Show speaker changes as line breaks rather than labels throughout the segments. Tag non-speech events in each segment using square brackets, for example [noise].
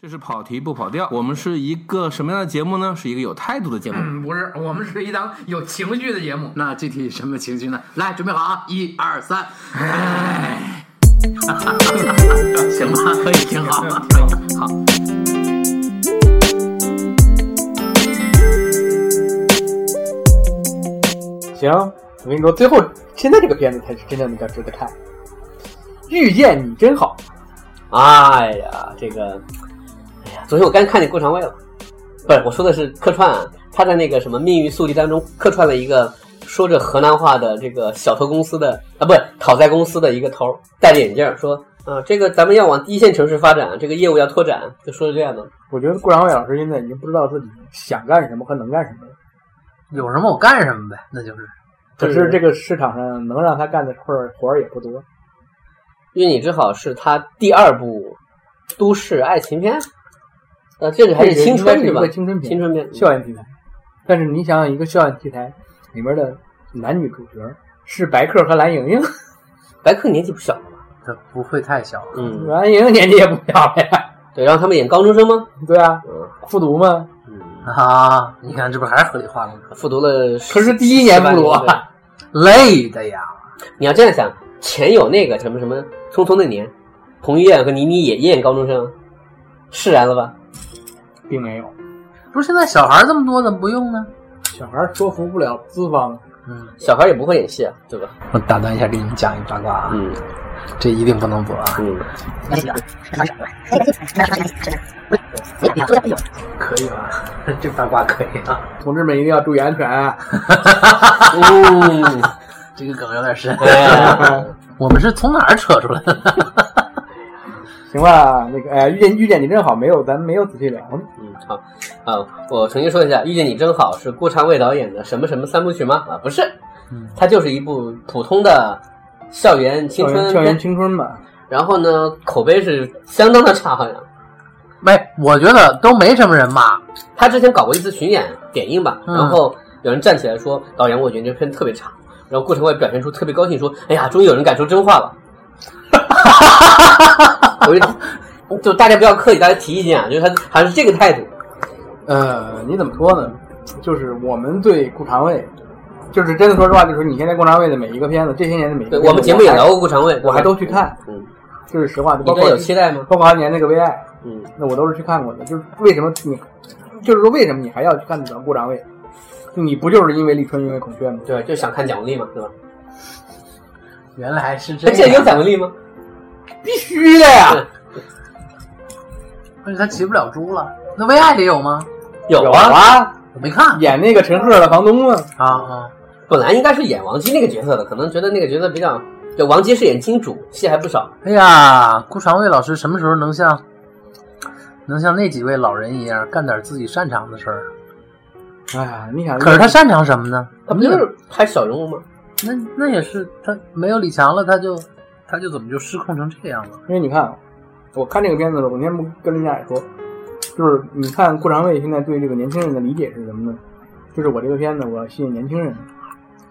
这是跑题不跑调。我们是一个什么样的节目呢？是一个有态度的节目。
嗯，不是，我们是一档有情绪的节目。
那具体什么情绪呢？来，准备好啊！一二三，哎， [laughs] 行吧，可以，挺好，好。
行，我跟你说，最后现在这个片子才是真正的叫值得看。遇见你真好，
哎呀，这个，哎呀，昨天我刚看见郭长卫了，不是，我说的是客串啊，他在那个什么《命运速递》当中客串了一个说着河南话的这个小偷公司的啊，不是讨债公司的一个头，戴着眼镜说啊、这个咱们要往一线城市发展，这个业务要拓展，就说是这样的。
我觉得顾长卫老师现在已经不知道自己想干什么和能干什么了。
有什么我哦干什么呗，那就是。
可是这个市场上能让他干的活儿活儿也不多。
因为你只好是他第二部都市哎爱情片，呃，这个还是青春
这个
是
应该
吧
是一？个青春片
青春片，
校园题材。但是你想想，一个校园题材里面的男女主角是白客和蓝莹莹，
白客年纪不小了吧？
这不会太小了。
嗯，
蓝莹莹年纪也不小了呀。
对，然后他们演高中生吗？
对啊，
嗯
复读嘛，
嗯，
啊！你看，这不还是合理化了吗？
复读了十，
可是第一年
18
不如啊
对
累的呀！
你要这样想，前有那个什么什么《匆匆那年》，彭于晏和倪妮也演高中生，释然了吧？
并没有。
不是现在小孩这么多，怎么不用呢？
小孩说服不了资方，
嗯，
小孩也不会演戏啊，对吧？
我打断一下，给你们讲一八卦啊，
嗯
这一定不能播啊！
嗯，
可以吧？这八卦可以啊，
同志们一定要注意安全
[laughs]
啊。
嗯，
这个梗有点深。
[laughs] 哎呀
我们是从哪儿扯出来的？ [laughs]
行吧，那个哎，遇见遇见你真好，没有咱们没有仔细聊呢。
嗯，好啊，我重新说一下，《遇见你真好》是郭长卫导演的什么什么三部曲吗？啊，不是，
嗯
它就是一部普通的校园青
校园
春
校园
片。
青春嘛，
然后呢，口碑是相当的差，好像。
没，我觉得都没什么人骂。
他之前搞过一次巡演点映吧，
嗯
然后有人站起来说：“导演，我觉得这片特别差。”然后顾长卫表现出特别高兴，说：“哎呀，终于有人敢说真话
[laughs]
了。”我就就大家不要客气，大家提意见啊，就是他还是这个态度。
呃，你怎么说呢？就是我们对顾长卫，就是真的说实话，就是你现在顾长卫的每一个片子，这些年的每一个
对
片子，
我们节目也
还
聊过顾长卫，
我还都去看，
嗯，
就是实话，就
你
包
对
括
有期待吗？
包括当年那个《为爱》，
嗯，
那我都是去看过的。就是为什么你，就是说为什么你还要去看得着顾长卫？你不就是因为立春，因为孔雀吗？
对，就想看蒋雯丽嘛，对吧？
原来是这
他现在有
样，
蒋雯丽吗？
必须的呀！
不是他骑不了猪了。那为爱里有吗？
有
有，啊，
我没看
演那个陈赫的房东嘛，
啊啊！
本来应该是演王姬那个角色的，可能觉得那个角色比较，对，王姬是演金主，戏还不少。
哎呀，顾长卫老师什么时候能像能像那几位老人一样干点自己擅长的事儿？
哎呀，你想，
可是他擅长什么呢？
他不
嗯
就是拍小人物吗？
那那也是他没有李强了，他就他就怎么就失控成这样了？
因为你看，我看这个片子的时候，我那天不跟林佳也说，就是你看顾长卫现在对这个年轻人的理解是什么呢？就是我这个片子我要吸引年轻人，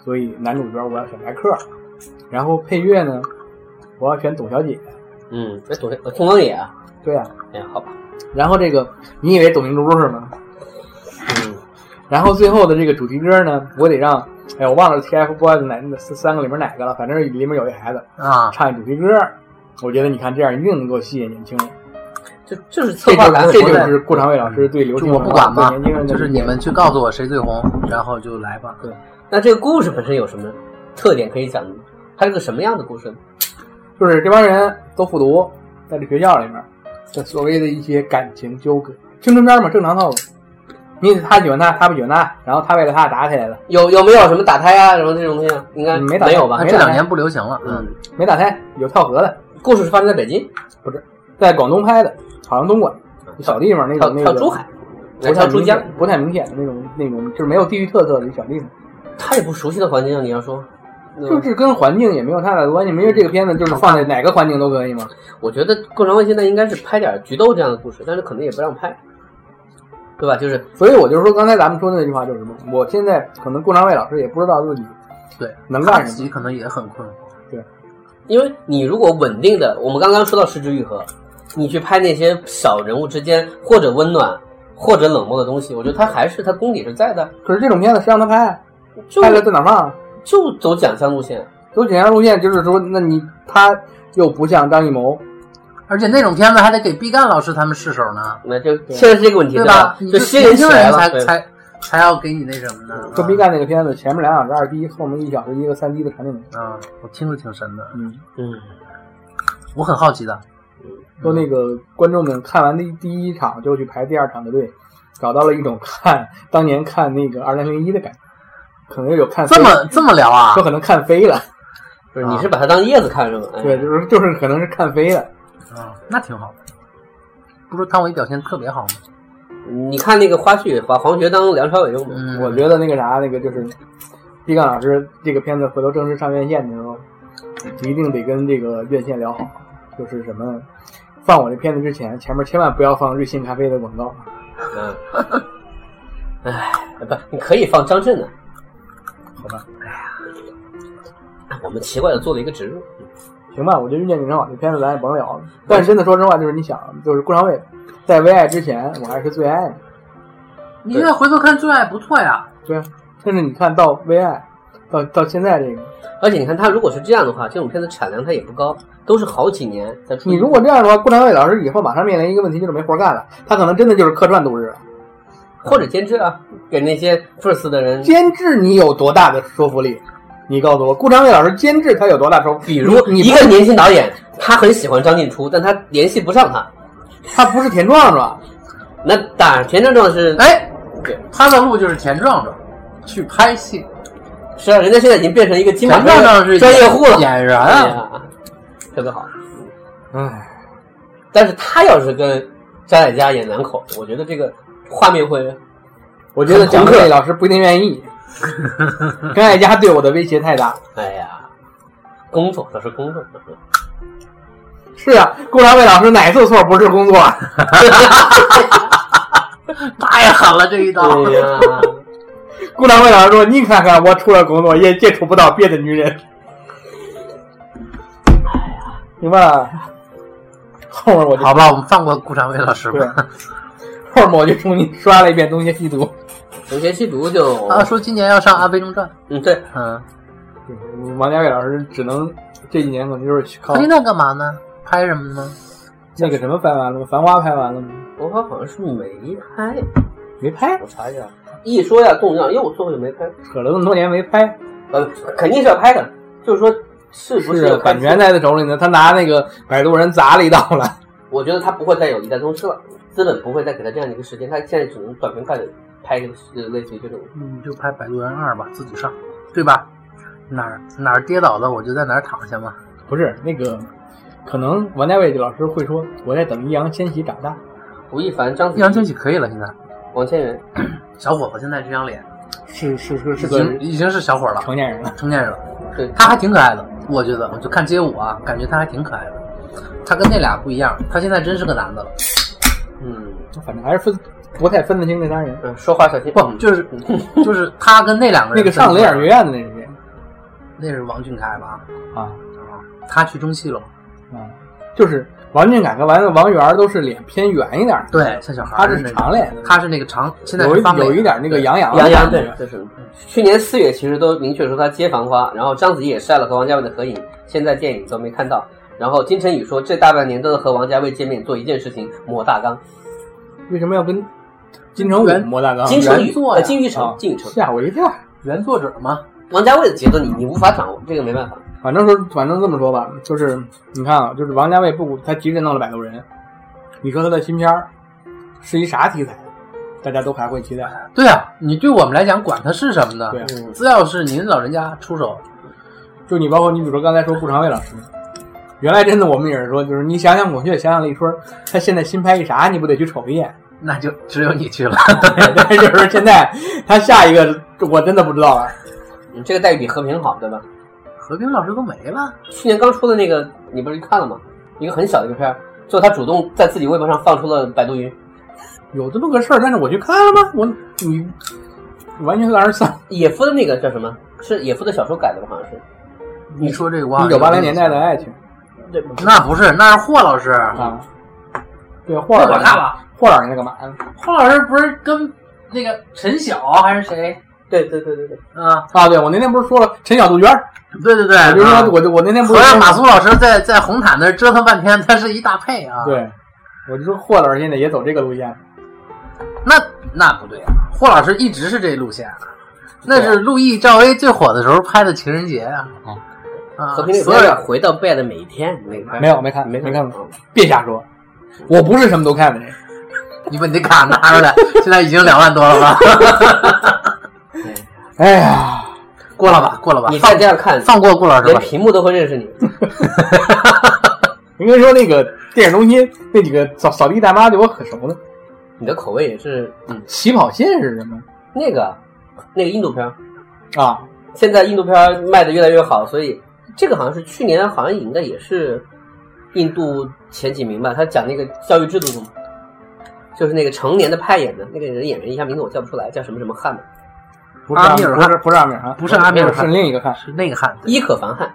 所以男主角我要选白客，然后配乐呢，我要选董小姐，
嗯，那董呃宋刚也啊，
对呀、
哎呀，好吧，
然后这个你以为董明珠是吗？
嗯，
然后最后的这个主题歌呢，我得让，哎，我忘了 TFBOYS 哪那三三个里面哪个了，反正里面有一孩子
啊，
唱一主题歌，我觉得你看这样一定能够吸引年轻人。
就就是策
这
划
就
感
是
很嗯
这
强
就是顾长卫老师对流
就
行
我
文
不
化
管
对
嘛
年轻人，的
就是
理解
你们去告诉我谁最红，然后就来吧。
那这个故事本身有什么特点可以讲呢？它是个什么样的故事呢？
就是这帮人都复读，在这学校里面，这所谓的一些感情纠葛，青春片嘛，正常套路。你他喜欢他，他不喜欢他，然后他为了他打起来了，
有有没有什么打胎啊，什么这种东西啊？应该
嗯没打
有
啊
吧
啊，
胎？
这两年不流行了，嗯，
嗯，
没打胎，有跳河的，
故事是发生在北京，
在广东拍的，好像东莞小地方那
嗯跳
种那
跳
个
珠海，来
不
跳
太
珠
明
江，
显，不太明显的那种那种，就是没有地域特色的一小地方，
太不熟悉的环境，你要
[laughs]
说，嗯
就是跟环境也没有太大的关系，因为这个片子就是放在哪个环境都可以嘛。
我觉得顾长卫现在应该是拍点菊豆这样的故事，但是可能也不让拍，对吧？就是
所以我就说，刚才咱们说的那句话就是什么？我现在可能顾长卫老师也不知道自己
对，
能
他
干
自
什么。
己可能也很困惑。
因为你如果稳定的，我们刚刚说到《失之愈合》，你去拍那些小人物之间或者温暖或者冷漠的东西，我觉得他还是他功底是在的，
可是这种片子谁让他拍？
就
拍了在哪儿放？
就走奖项路线。
走检查路线就是说，那你他又不像张艺谋，
而且那种片子还得给毕赣老师他们试手呢，
那就现在是这个问题，
对
吧
吧？？你
就
这
吸引
年
起
轻
来
人
了，
才
对
才才要给你那什么呢？
说毕赣那个片子前面两小时二 D，后面一小时一个三 D 的长电影，
啊，我听着挺神的，
嗯，
嗯，
我很好奇的。
说那个观众们看完第第一场就去排第二场的队，找到了一种看当年看那个二零零一的感觉，可能有看飞
这么这么聊啊
说？可能看飞了，
就是你是把它当叶子看是吗？哎
对，就是就是可能是看飞了，
啊，那挺好的。不是汤唯表现特别好吗？
你看那个花絮，把黄觉当梁朝伟用的，
嗯，
我觉得那个啥，那个就是毕赣老师这个片子回头正式上院线的时候，一定得跟这个院线聊好，就是什么，放我这片子之前，前面千万不要放瑞幸咖啡的广告，
嗯，
[laughs]
哎，不，你可以放张震的，哎
好吧？
我们奇怪的做了一个植入，
行吧，我觉得《遇见你真好》这片子咱也甭聊了。但是真的说实话，就是你想，就是顾长卫在为爱之前，我还是最爱的。
你现在回头看《最爱》不错呀。
对啊，甚至你看到为爱，到到现在这个，
而且你看他如果是这样的话，这种片子产量它也不高，都是好几年才出。
你如果这样的话，顾长卫老师以后马上面临一个问题，就是没活干了。他可能真的就是客串度日了。
或者监制啊，给那些 first 的人，
监制你有多大的说服力？你告诉我，顾长卫老师监制他有多大说服？
比如
你
一个年轻导演，他很喜欢张静初，但他联系不上他，
他不是田壮壮，
那当然田壮壮是
哎，他的路就是田壮壮去拍戏，
是啊，人家现在已经变成一个金马
田壮壮是
专业户了，
演员
哎
啊。
呀，特别好。
唉，
但是他要是跟张艾嘉演两口，我觉得这个画面会
我觉得蒋卫老师不一定愿意。张艾嘉对我的威胁太大。
哎呀，工作，他是工作，
是啊，顾长卫老师哪次错不是工作？ [laughs]
太狠了这一刀！
对呀、
顾长卫老师说：“你看看，我除了工作也接触不到别的女人。”行吧，后面我就
好吧，我们放过顾长卫老师
对
吧。，
后面我就重新刷了一遍《东邪西毒》。
同学吸毒就，
啊，说今年要上《阿飞正传》，
嗯，对，
嗯，
对王家卫老师只能这几年可能就是靠
他现在干嘛呢？拍什么呢？
那个什么拍完了吗？《繁花》拍完了吗？
我好像是没拍，
没拍，
我查一下，一说呀动哎荡，又说又没拍，
扯了那么多年没拍，
呃，肯定是要拍的，就是说是不
是
是
啊版权？在他手里呢。他拿那个摆渡人砸了一刀了。
我觉得他不会再有一代宗师了，资本不会再给他这样的一个时间，他现在只能短平快的拍一个呃类似于这种。
你嗯就拍《摆渡人二》吧，自己上，对吧？哪儿哪儿跌倒了，我就在哪儿躺下嘛。
[laughs] 不是那个，可能王家卫老师会说：“我在等易烊千玺长大。”
吴亦凡、章子
易
怡
烊、千玺可以了，现在
王千源，
小伙子现在这张脸
是是是
已
是个
经已经是小伙了，
成年人了。
成年人了。
对，
他还挺可爱的，我觉得，我就看街舞啊，感觉他还挺可爱的。他跟那俩不一样，他现在真是个男的了。
嗯，
反正还是分不太分得清这仨人。
嗯说话小心，
不，
[laughs]
就是就是他跟那两个人
那个上雷尔学院的那是谁
那是王俊凯吧？
啊？
他去中戏了，
啊，就是王俊凯和王王源都是脸偏圆一点儿，
对，像小孩
他
儿似
是
的那
长
种，
脸，
他是那个长，现在
有
是
一
方脸
有一点那个杨洋
杨洋
对
对，就是去年四月其实都明确说他接《繁花》，然后章子怡也晒了和王家卫的合影，现在电影都没看到。然后金晨宇说这大半年都在和王家卫见面做一件事情，磨大纲。
为什么要跟金城武
原
磨大纲？
金城
原
宇
作
呃
呀
金宇
啊
成金宇成，
吓我一跳。
原作者嘛，
王家卫的节奏你你无法掌握，这个没办法。
反正说，反正这么说吧，就是你看啊，就是王家卫不，他即使弄了《摆渡人》，你说他的新片儿是一啥题材，大家都还会期待。
对啊，你对我们来讲，管他是什么呢？
对啊
嗯，
只要是您老人家出手，
就你包括你比如说刚才说顾长卫老师，原来真的我们也是说，就是你想想孔雀，想想立春，他现在新拍一啥，你不得去瞅一眼？ [laughs]
那就只有你去了。
但是就是现在他下一个，我真的不知道了。啊
你这个待遇比和平好，对吧？
何冰老师都没了，
去年刚出的那个你不是看了吗？一个很小的一个片儿，最后他主动在自己微博上放出了百度云，
有这么个事儿，但是我去看了吗？我你完全让人丧。
野夫的那个叫什么？是野夫的小说改的吧？好像是。
你说这个我好
一
像
九八零年代的爱情
对，
那不是，那是霍老师，
啊，对，霍
那
尔
管他吧。
霍尔那干嘛呢？
霍老师不是跟那个陈晓还是谁
对对对对对。
啊？
啊，对，我那天不是说了陈小杜鹃儿，
对对对，
我就说我就我那天不
合
是说
着啊马苏老师在在红毯那儿折腾半天，他是一大配啊。，
对，我就说霍老师现在也走这个路线，
那那不对啊，霍老师一直是这路线啊。那是陆毅、赵薇最火的时候拍的《情人节》啊。啊，
昨天那
所有
个
人
回到被爱的每一天那个
没有没看
没
没看过，别瞎说，我不是什么都看的人。
[laughs] 你把你的卡拿出来，现在已经两万多了吧？ [laughs]
哎呀，
过了吧，过了吧
你，再
放
这样看，
放过顾老师
连
吧。
屏幕都会认识你。
我跟你说，那个电影中心那几个扫扫地大妈对我可熟了。
你的口味也是，嗯，
起跑线是什么
那个那个印度片儿，
啊？
现在印度片儿卖的越来越好，所以这个好像是去年好像赢的也是印度前几名吧。他讲那个教育制度，就是那个成年的派演的那个人演员，一下名字我叫不出来，叫什么什么汉的，
不是
阿米尔
不
汗
是不是阿米尔汗，
不是阿米尔汗
是另一个汉。
是那个汉，
伊可凡汗，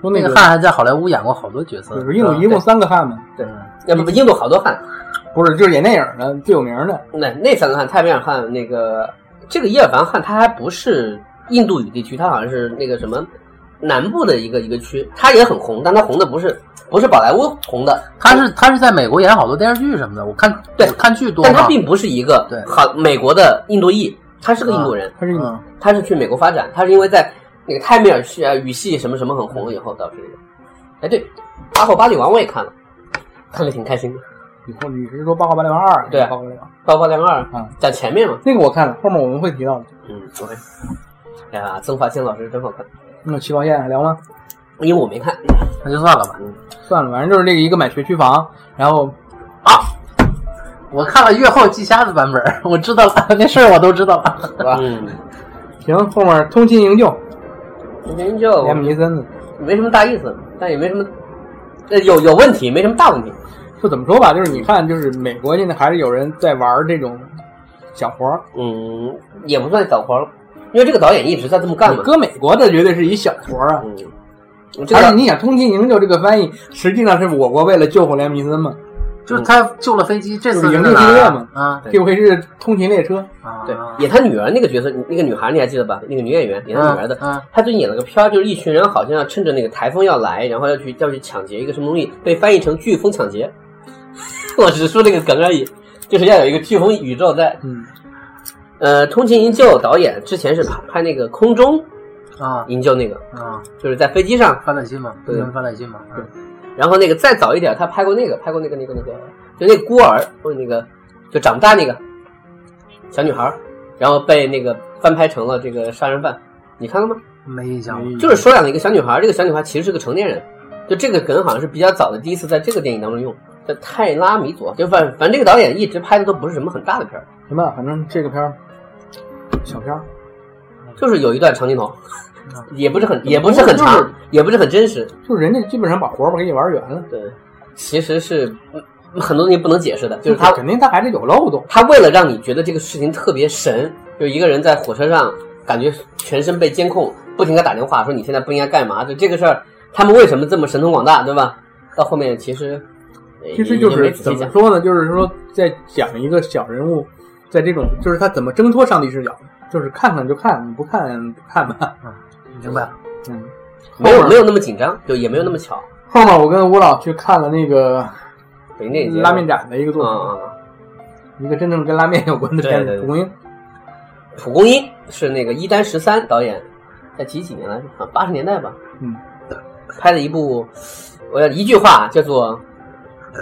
说
那
个
个汉啊还在好莱坞演过好多角色
就。是印度一共三个汉嘛，
对，要不不印度好多汉，
不是就是演电影的最有名的。
那那三个汉，泰米尔汗那个这个伊尔凡汗，他还不是印度语地区，他好像是那个什么。南部的一个一个区，他也很红，但他红的不是不是宝莱坞红的，
他是他是在美国演好多电视剧什么的，我看
对
我看剧多
但他
嘛。
并不是一个
对
好美国的印度裔，他是个印度人，
他是印度
嗯
他是去美国发展，他是因为在那个泰米尔系啊语系什么什么很红以后导致这个。哎，对，《阿后巴里王》我也看了，看了挺开心的，《
以后你是说八号八六二？
对啊
八号八六二。
八八零二》
嗯
讲前面嘛，
那个我看了，后面我们会提到的。
嗯，OK。哎呀，曾华清老师真好看，
那起跑线还聊吗？
因为我没看，
那就算了吧。
算了，反正就是那个一个买学区房，然后
我看了月后记瞎子版本， [laughs] 我知道了那事儿，我都知道了。
嗯，
行，后面通勤营救，
今天就
连姆尼森的，
没什么大意思，但也没什么，呃，有有问题，没什么大问题。
就怎么说吧，就是你看，就是美国现在还是有人在玩这种小活儿。
嗯，也不算小黄，因为这个导演一直在这么干
你
嘛。
搁美国的绝对是一小活儿啊。
嗯，这
而且
个
你想“通勤营救”这个翻译，实际上是我国为了救活莱姆尼森嘛，
[laughs] 就是他救了飞机，这次
就是
是
营救
哪
世
儿
界
啊
嘛
啊
对
这回是通勤列车。
啊，
对，演他女儿那个角色，那个女孩你还记得吧？那个女演员演他女儿的，
嗯，
她最近演了个片儿，就是一群人好像要趁着那个台风要来，然后要去要去抢劫一个什么东西，被翻译成飓风抢劫。 [laughs] 我只是说这个梗而已，就是要有一个飓风宇宙在。
嗯，
呃，《通勤营救》导演之前是拍拍那个空中
啊
营救那个，
啊，
就是在飞机上。
发短信嘛，
对
对，发短信嘛，嗯
然后那个再早一点，他拍过那个，拍过那个那个那个，就那孤儿，不是那个就长不大那个小女孩儿，然后被那个翻拍成了这个杀人犯。你看了吗？
没印象了。
就是收养了一个小女孩，这个小女孩其实是个成年人，就这个梗好像是比较早的，第一次在这个电影当中用。叫泰拉米佐，就反反正这个导演一直拍的都不是什么很大的片儿，
行吧，反正这个片儿小片儿，
就是有一段长镜头，也不是很嗯也不是很
就是
长，也不是很真实。
就是人家基本上把活儿给你玩圆了，
对，其实是嗯很多东西不能解释的， [laughs] 就是他
肯定他还是有漏洞。
他为了让你觉得这个事情特别神，就一个人在火车上感觉全身被监控，不停的打电话说你现在不应该干嘛，就这个事儿，他们为什么这么神通广大，对吧？到后面其实呃
其实就
也没
是
仔
怎
细
么
讲，
说呢？就是说，在讲一个小人物，在这种就是他怎么挣脱上帝视角，就是看看就看，你不看不看吧。
明白了，
嗯，
没有
后面
没有那么紧张，就也没有那么巧。
后面我跟吴老去看了那个
北京电影节
拉面展的一个
嗯
作
嗯，嗯
品，一个真正跟拉面有关的片
对
子，
对对
蒲公英。
蒲公英是那个一丹十三导演，在几几年来着？啊，八十年代吧。
嗯，
拍了一部，我要一句话叫做，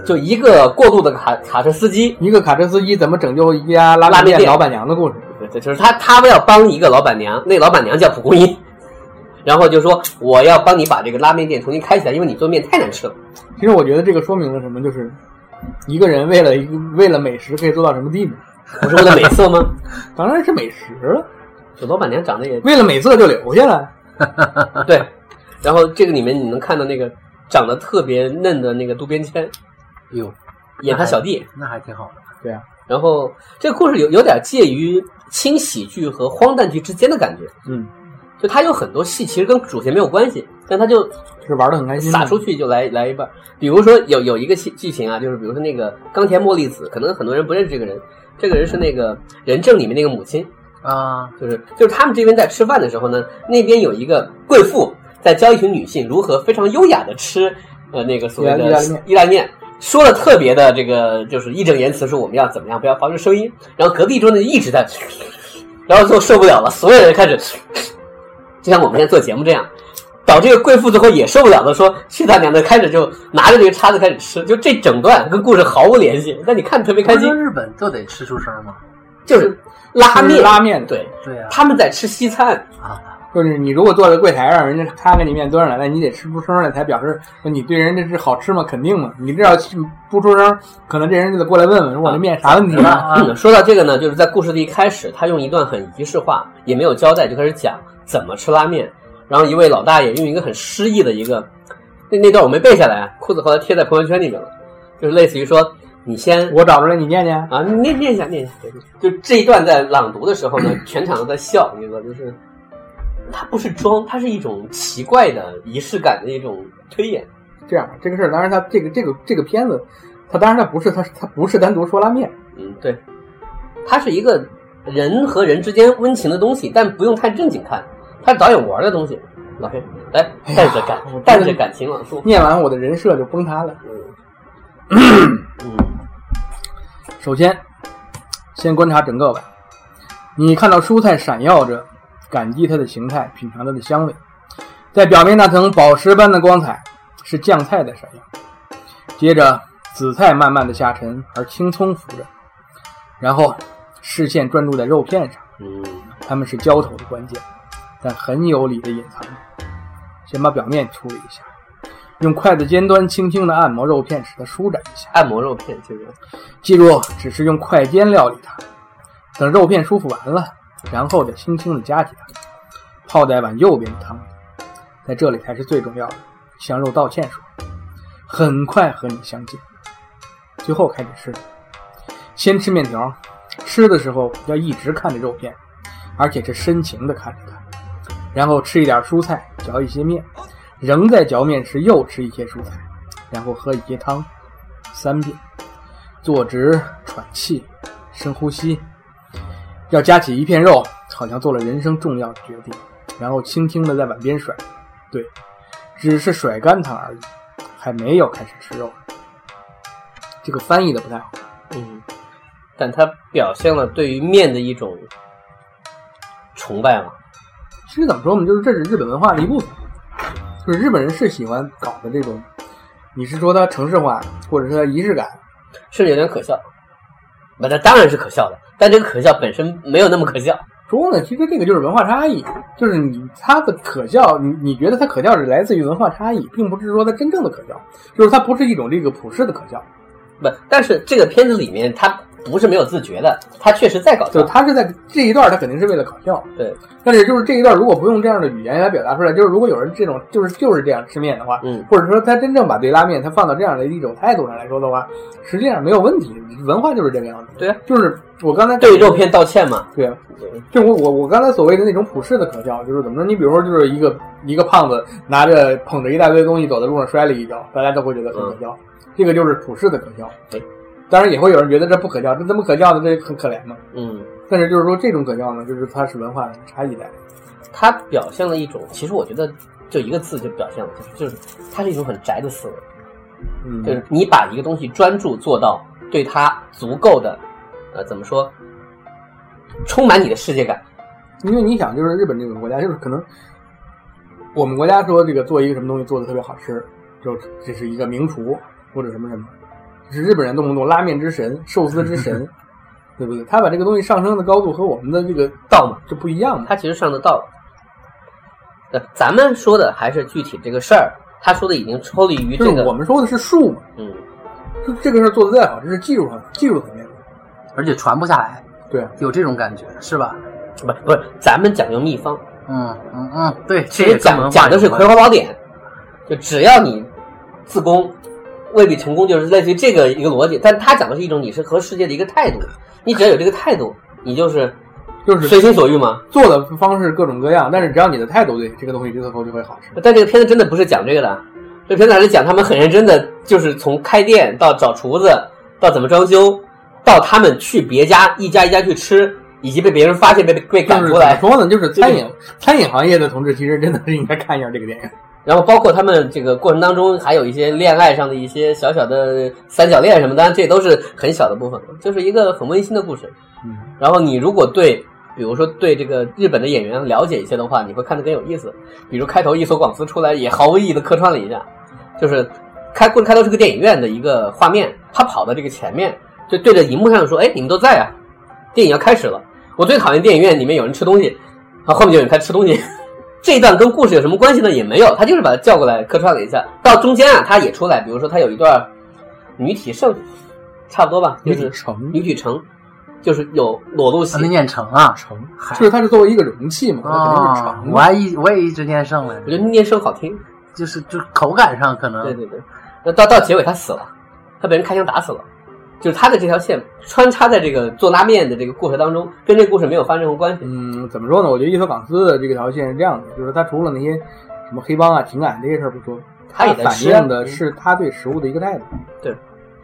就一个过度的卡卡车司机，
一个卡车司机怎么拯救一家拉
拉面
面
店
老板娘的故事。
对对，就是他，他要帮一个老板娘，那个老板娘叫蒲公英， [laughs] 然后就说我要帮你把这个拉面店重新开起来，因为你做面太难吃了。
其实我觉得这个说明了什么，就是一个人为了一个为了美食可以做到什么地步。
我说我的美色吗？
[laughs] 当然是美食了，
这老板娘长得
[laughs]
也
为了美色就留下来。
对，然后这个里面你能看到那个长得特别嫩的那个渡边谦
哟，
演他小弟，
那还挺好的。
对啊，
然后这个故事有有点介于轻喜剧和荒诞剧之间的感觉，
嗯，
就他有很多戏其实跟主线没有关系，但他就
就是玩的很开心嘛。
撒出去就来来一半儿。比如说有有一个戏剧情啊，就是比如说那个冈田茉莉子，可能很多人不认识这个人，这个人是那个人证里面那个母亲，
啊，
就是就是他们这边在吃饭的时候呢，那边有一个贵妇在教一群女性如何非常优雅的吃呃那个所谓的
意大利面
意大利面。说的特别的这个就是义正言辞，说我们要怎么样，不要发出声音。然后隔壁桌呢一直在， [laughs] 然后最后受不了了，所有人开始，就像我们现在做节目这样，导致这个贵妇最后也受不了了，说去他娘的，开始就拿着这个叉子开始吃，就这整段跟故事毫无联系，但你看特别开
不
心
是，日本就得吃出声吗？
就是拉
吃
面，
拉面，，
对，
对呀、
他们在吃西餐，
就是你如果坐在柜台上，人家他给你面端上来，哎那你得吃出声来才表示说你对人这是好吃吗？肯定嘛，你这要吃不出声，可能这人就得过来问问，说我这面啥问题啊？
啊啊，
嗯，说到这个呢，就是在故事的一开始，他用一段很仪式化，也没有交代，就开始讲怎么吃拉面。然后一位老大爷用一个很诗意的一个，那那段我没背下来啊，裤子后来贴在朋友圈里面了，就是类似于说，你先
[laughs] 我找出来你念念，
啊念念一下念一下，对对就这一段在朗读的时候呢，全场都在笑，你知道，就是它不是装，它是一种奇怪的仪式感的一种推演。
这样吧，这个事儿，当然他这个这个这个片子，他当然他不是他他不是单独说拉面，
嗯，对，它是一个人和人之间温情的东西，但不用太正经看，它是导演玩的东西。老黑，来带着感，带着感情朗诵。
念完我的人设就崩塌了。
嗯，
首先，先观察整个碗，你看到蔬菜闪耀着，感激它的形态，品尝它的香味，在表面那层宝石般的光彩是酱菜的闪耀，接着紫菜慢慢的下沉而青葱浮着，然后视线专注在肉片上，
嗯，
它们是浇头的关键，但很有理的隐藏着。先把表面处理一下，用筷子尖端轻轻的按摩肉片，使它舒展一下。
按摩肉片这个，
记住，只是用快煎料理它，等肉片舒服完了，然后再轻轻的夹起它，泡在碗右边的汤里。在这里才是最重要的，向肉道歉说，很快和你相见。最后开始吃，先吃面条，吃的时候要一直看着肉片，而且是深情的看着它，然后吃一点蔬菜，嚼一些面，仍在嚼面时又吃一些蔬菜，然后喝一些汤，三遍。坐直，喘气，深呼吸。要夹起一片肉，好像做了人生重要的决定，然后轻轻的在碗边甩。对，只是甩干它而已，还没有开始吃肉。这个翻译的不太好。
嗯，但它表现了对于面的一种崇拜嘛。
其实怎么说，我们就是这是日本文化的一部分，就是日本人是喜欢搞的这种，你是说它城市化，或者是它仪式感，
甚至有点可笑。不，它当然是可笑的，但这个可笑本身没有那么可笑。
说呢，其实这个就是文化差异，就是你它的可笑，你你觉得它可笑是来自于文化差异，并不是说它真正的可笑，就是它不是一种这个普世的可笑，
不，但是这个片子里面，它不是没有自觉的，它确实在搞
就是
笑。
它是在这一段，它肯定是为了搞笑，
对，
但是就是这一段如果不用这样的语言来表达出来，就是如果有人这种就是就是这样吃面的话，
嗯，
或者说他真正把对拉面他放到这样的一种态度上来说的话，实际上没有问题，文化就是这个样子，
对啊，
就是我刚才
对肉片道歉嘛。
对啊，
对
就我我我刚才所谓的那种普世的可笑，就是怎么着？你比如说，就是一个一个胖子拿着捧着一大堆东西走在路上摔了一跤，大家都会觉得很可笑，这个就是普世的可笑
对。
当然也会有人觉得这不可笑，这怎么可笑呢？这很可怜嘛。
嗯。
但是就是说这种可笑呢，就是它是文化差异在。
它表现了一种，其实我觉得就一个字就表现了，就是就是它是一种很宅的思维，
嗯，
就是你把一个东西专注做到对它足够的，呃，怎么说，充满你的世界感。
因为你想，就是日本这种国家，就是可能我们国家说这个做一个什么东西做的特别好吃，就这是一个名厨或者什么什么，就是日本人动不动拉面之神、寿司之
[laughs]
神，对不对？他把这个东西上升的高度和我们的这个
道嘛
就不一样嘛。
它其实上的道。呃，咱们说的还是具体这个事儿，他说的已经抽离于
就
这
是
个，
我们说的是术嘛，
嗯，
就这个事儿做的再好，这是技术上技术层面的。
而且传不下来，
对啊，
有这种感觉是吧？
不不是，咱们讲究秘方，
嗯嗯嗯，对，
其实
这也跟
讲
文
讲
化
的
有
是《葵
关。
花宝典》，就只要你自宫，未必成功，就是类似于这个一个逻辑。但他讲的是一种你是和世界的一个态度，你只要有这个态度，你就是
就是
随心所欲嘛。
做的方式各种各样，但是只要你的态度对，这个东西这个头就会好吃。
但这个片子真的不是讲这个的，啊这片子还是讲他们很认真的，就是从开店到找厨子，到怎么装修，到他们去别家一家一家去吃，以及被别人发现被被赶
就是
出
怎么
来，
说呢？就是餐饮餐饮行业的同志，其实真的是应该看一下这个电影。
然后包括他们这个过程当中还有一些恋爱上的一些小小的三角恋什么，当然这都是很小的部分，就是一个很温馨的故事。
嗯，
然后你如果对，比如说对这个日本的演员了解一些的话，你会看得更有意思。比如开头一所广司出来也毫无意义的客串了一下，就是开故事开头是个电影院的一个画面，他跑到这个前面就对着荧幕上说：“哎，你们都在啊，电影要开始了。”我最讨厌电影院里面有人吃东西，然后后面就有人开始吃东西。 [laughs] 这一段跟故事有什么关系呢？也没有，他就是把他叫过来客串了一下。到中间啊，他也出来，比如说他有一段女体盛，差不多吧，就是
城
女体城，就是有裸露戏
啊那。念成啊，
城，就是它是作为一个容器嘛，它肯定是
啊
城，
我还一我也一直念圣来
我觉得
着，
念声好听，
就是就是口感上可
啊
对
能
对对。那到到结尾他死了，他被人开枪打死了，就是他的这条线穿插在这个做拉面的这个故事当中，跟这个故事没有发生任何关系。
嗯，怎么说呢？我觉得伊索港斯的这条线是这样的，就是他除了那些什么黑帮啊、情感这些事儿不说，
他也在
反
吃啊
映的是他对食物的一个态度。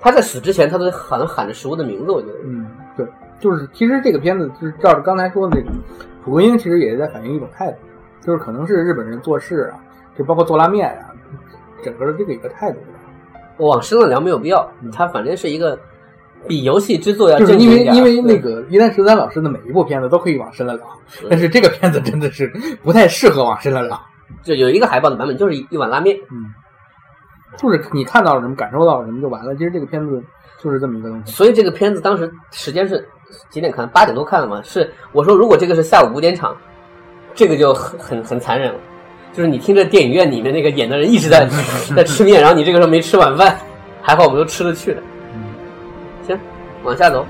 他在死之前，他都好像喊着食物的名字，我觉得。
嗯，对，就是其实这个片子就是照着刚才说的那个，蒲公英其实也在反映一种态度，就是可能是日本人做事啊，就包括做拉面啊，整个的这个一个态度吧。
我往深了聊没有必要，它反正是一个比游戏制作要
嗯就是
正
因为
呃经一点。
因为那
对
个一丹十三老师的每一部片子都可以往深了聊，但是这个片子真的是不太适合往深了聊。
就有一个海报的版本，就是一一碗拉面。
嗯，就是你看到了什么，感受到了什么就完了。其实这个片子就是这么一个东西。
所以这个片子当时时间是几点看？八点多看的嘛。是我说，如果这个是下午五点场，这个就很很很残忍了。就是你听着电影院里面那个演的人一直在在吃面，然后你这个时候没吃晚饭，还好我们都吃得去的。行，往下走。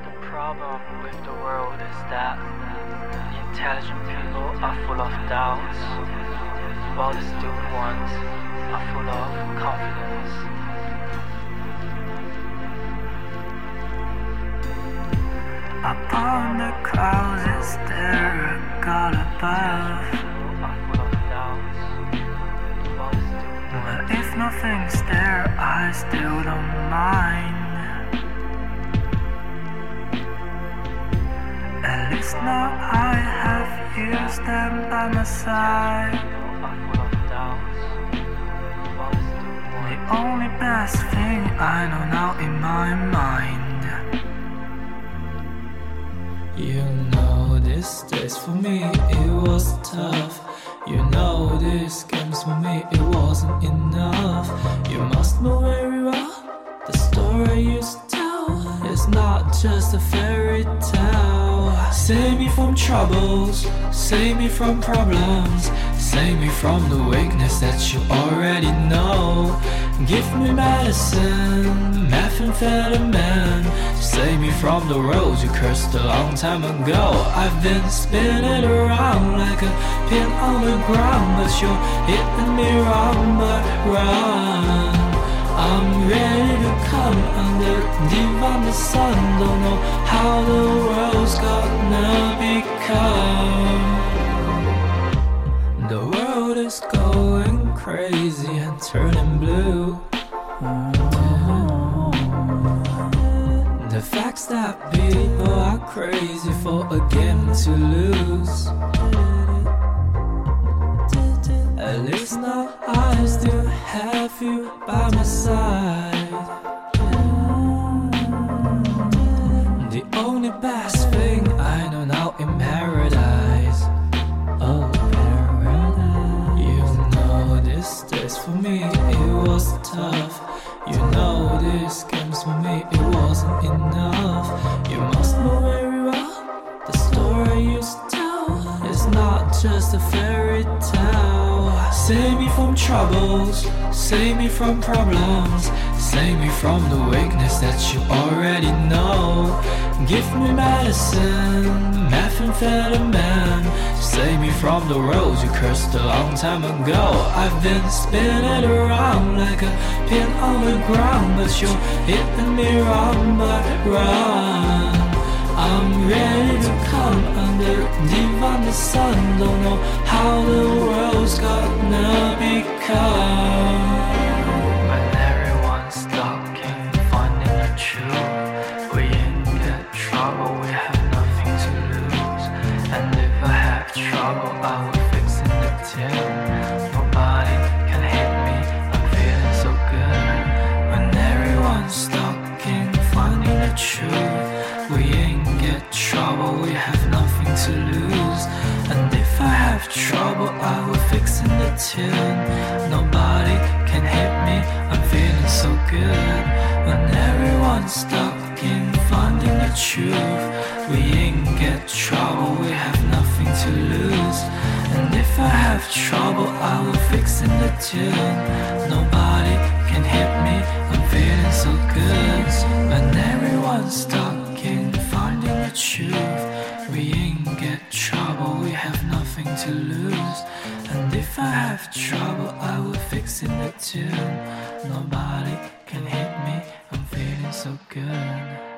The problem with the world is that intelligent people are full of doubts, while the stupid ones are full of confidence. Upon the clouds is there God above. But if nothing's there, I still don't mind. At least now I have you stand by my side. The only best thing I know now in my mind. You know this days for me it was tough. You know this games for me it wasn't enough. You must know where you are. The story you tell is not just a fairy tale. Save me from troubles, save me from problems, save me from the weakness that you already know. Give me medicine, methamphetamine, to save me from the road you cursed a long time ago. I've been spinning around like a pin on the ground, but you're hitting me wrong, but wrong. I'm ready to come under deep on the sun. Don't know how the world's gonna become. The world is going crazy and turning blue. The facts that people are crazy for a game to lose. At least now I still have you by my side. The only best thing I know now in paradise. Oh, paradise. You know this days for me, it was tough. You know this games for me, it wasn't enough. You must know where you are. The story you tell is not just a fairy tale. Save me from troubles, save me from problems, save me from the weakness that you already know. Give me medicine, methamphetamine, save me from the roads you cursed a long time ago. I've been spinning around like a pin on the ground, but you're hitting me wrong, but wrong. I'm ready to come under deep on the sun. Don't know how the world's gonna become. When everyone's looking, finding the truth, we in the trouble. We have nothing to lose, and if I have trouble, I will fix in the tin. Nobody can hit me. I'm feeling so good. When everyone's looking, finding the truth. We ain't get trouble, we have nothing to lose. And if I have trouble, I will fix in the tune. Nobody can hit me, I'm feeling so good. When everyone's stuck in finding the truth, we ain't get trouble, we have nothing to lose. And if I have trouble, I will fix in the tune. Nobody can hit me, I'm feeling so good. When everyone's stuck in finding the truth. We ain't get trouble, we have nothing to lose. And if I have trouble, I will fix in the tune. Nobody can hit me, I'm feeling so good.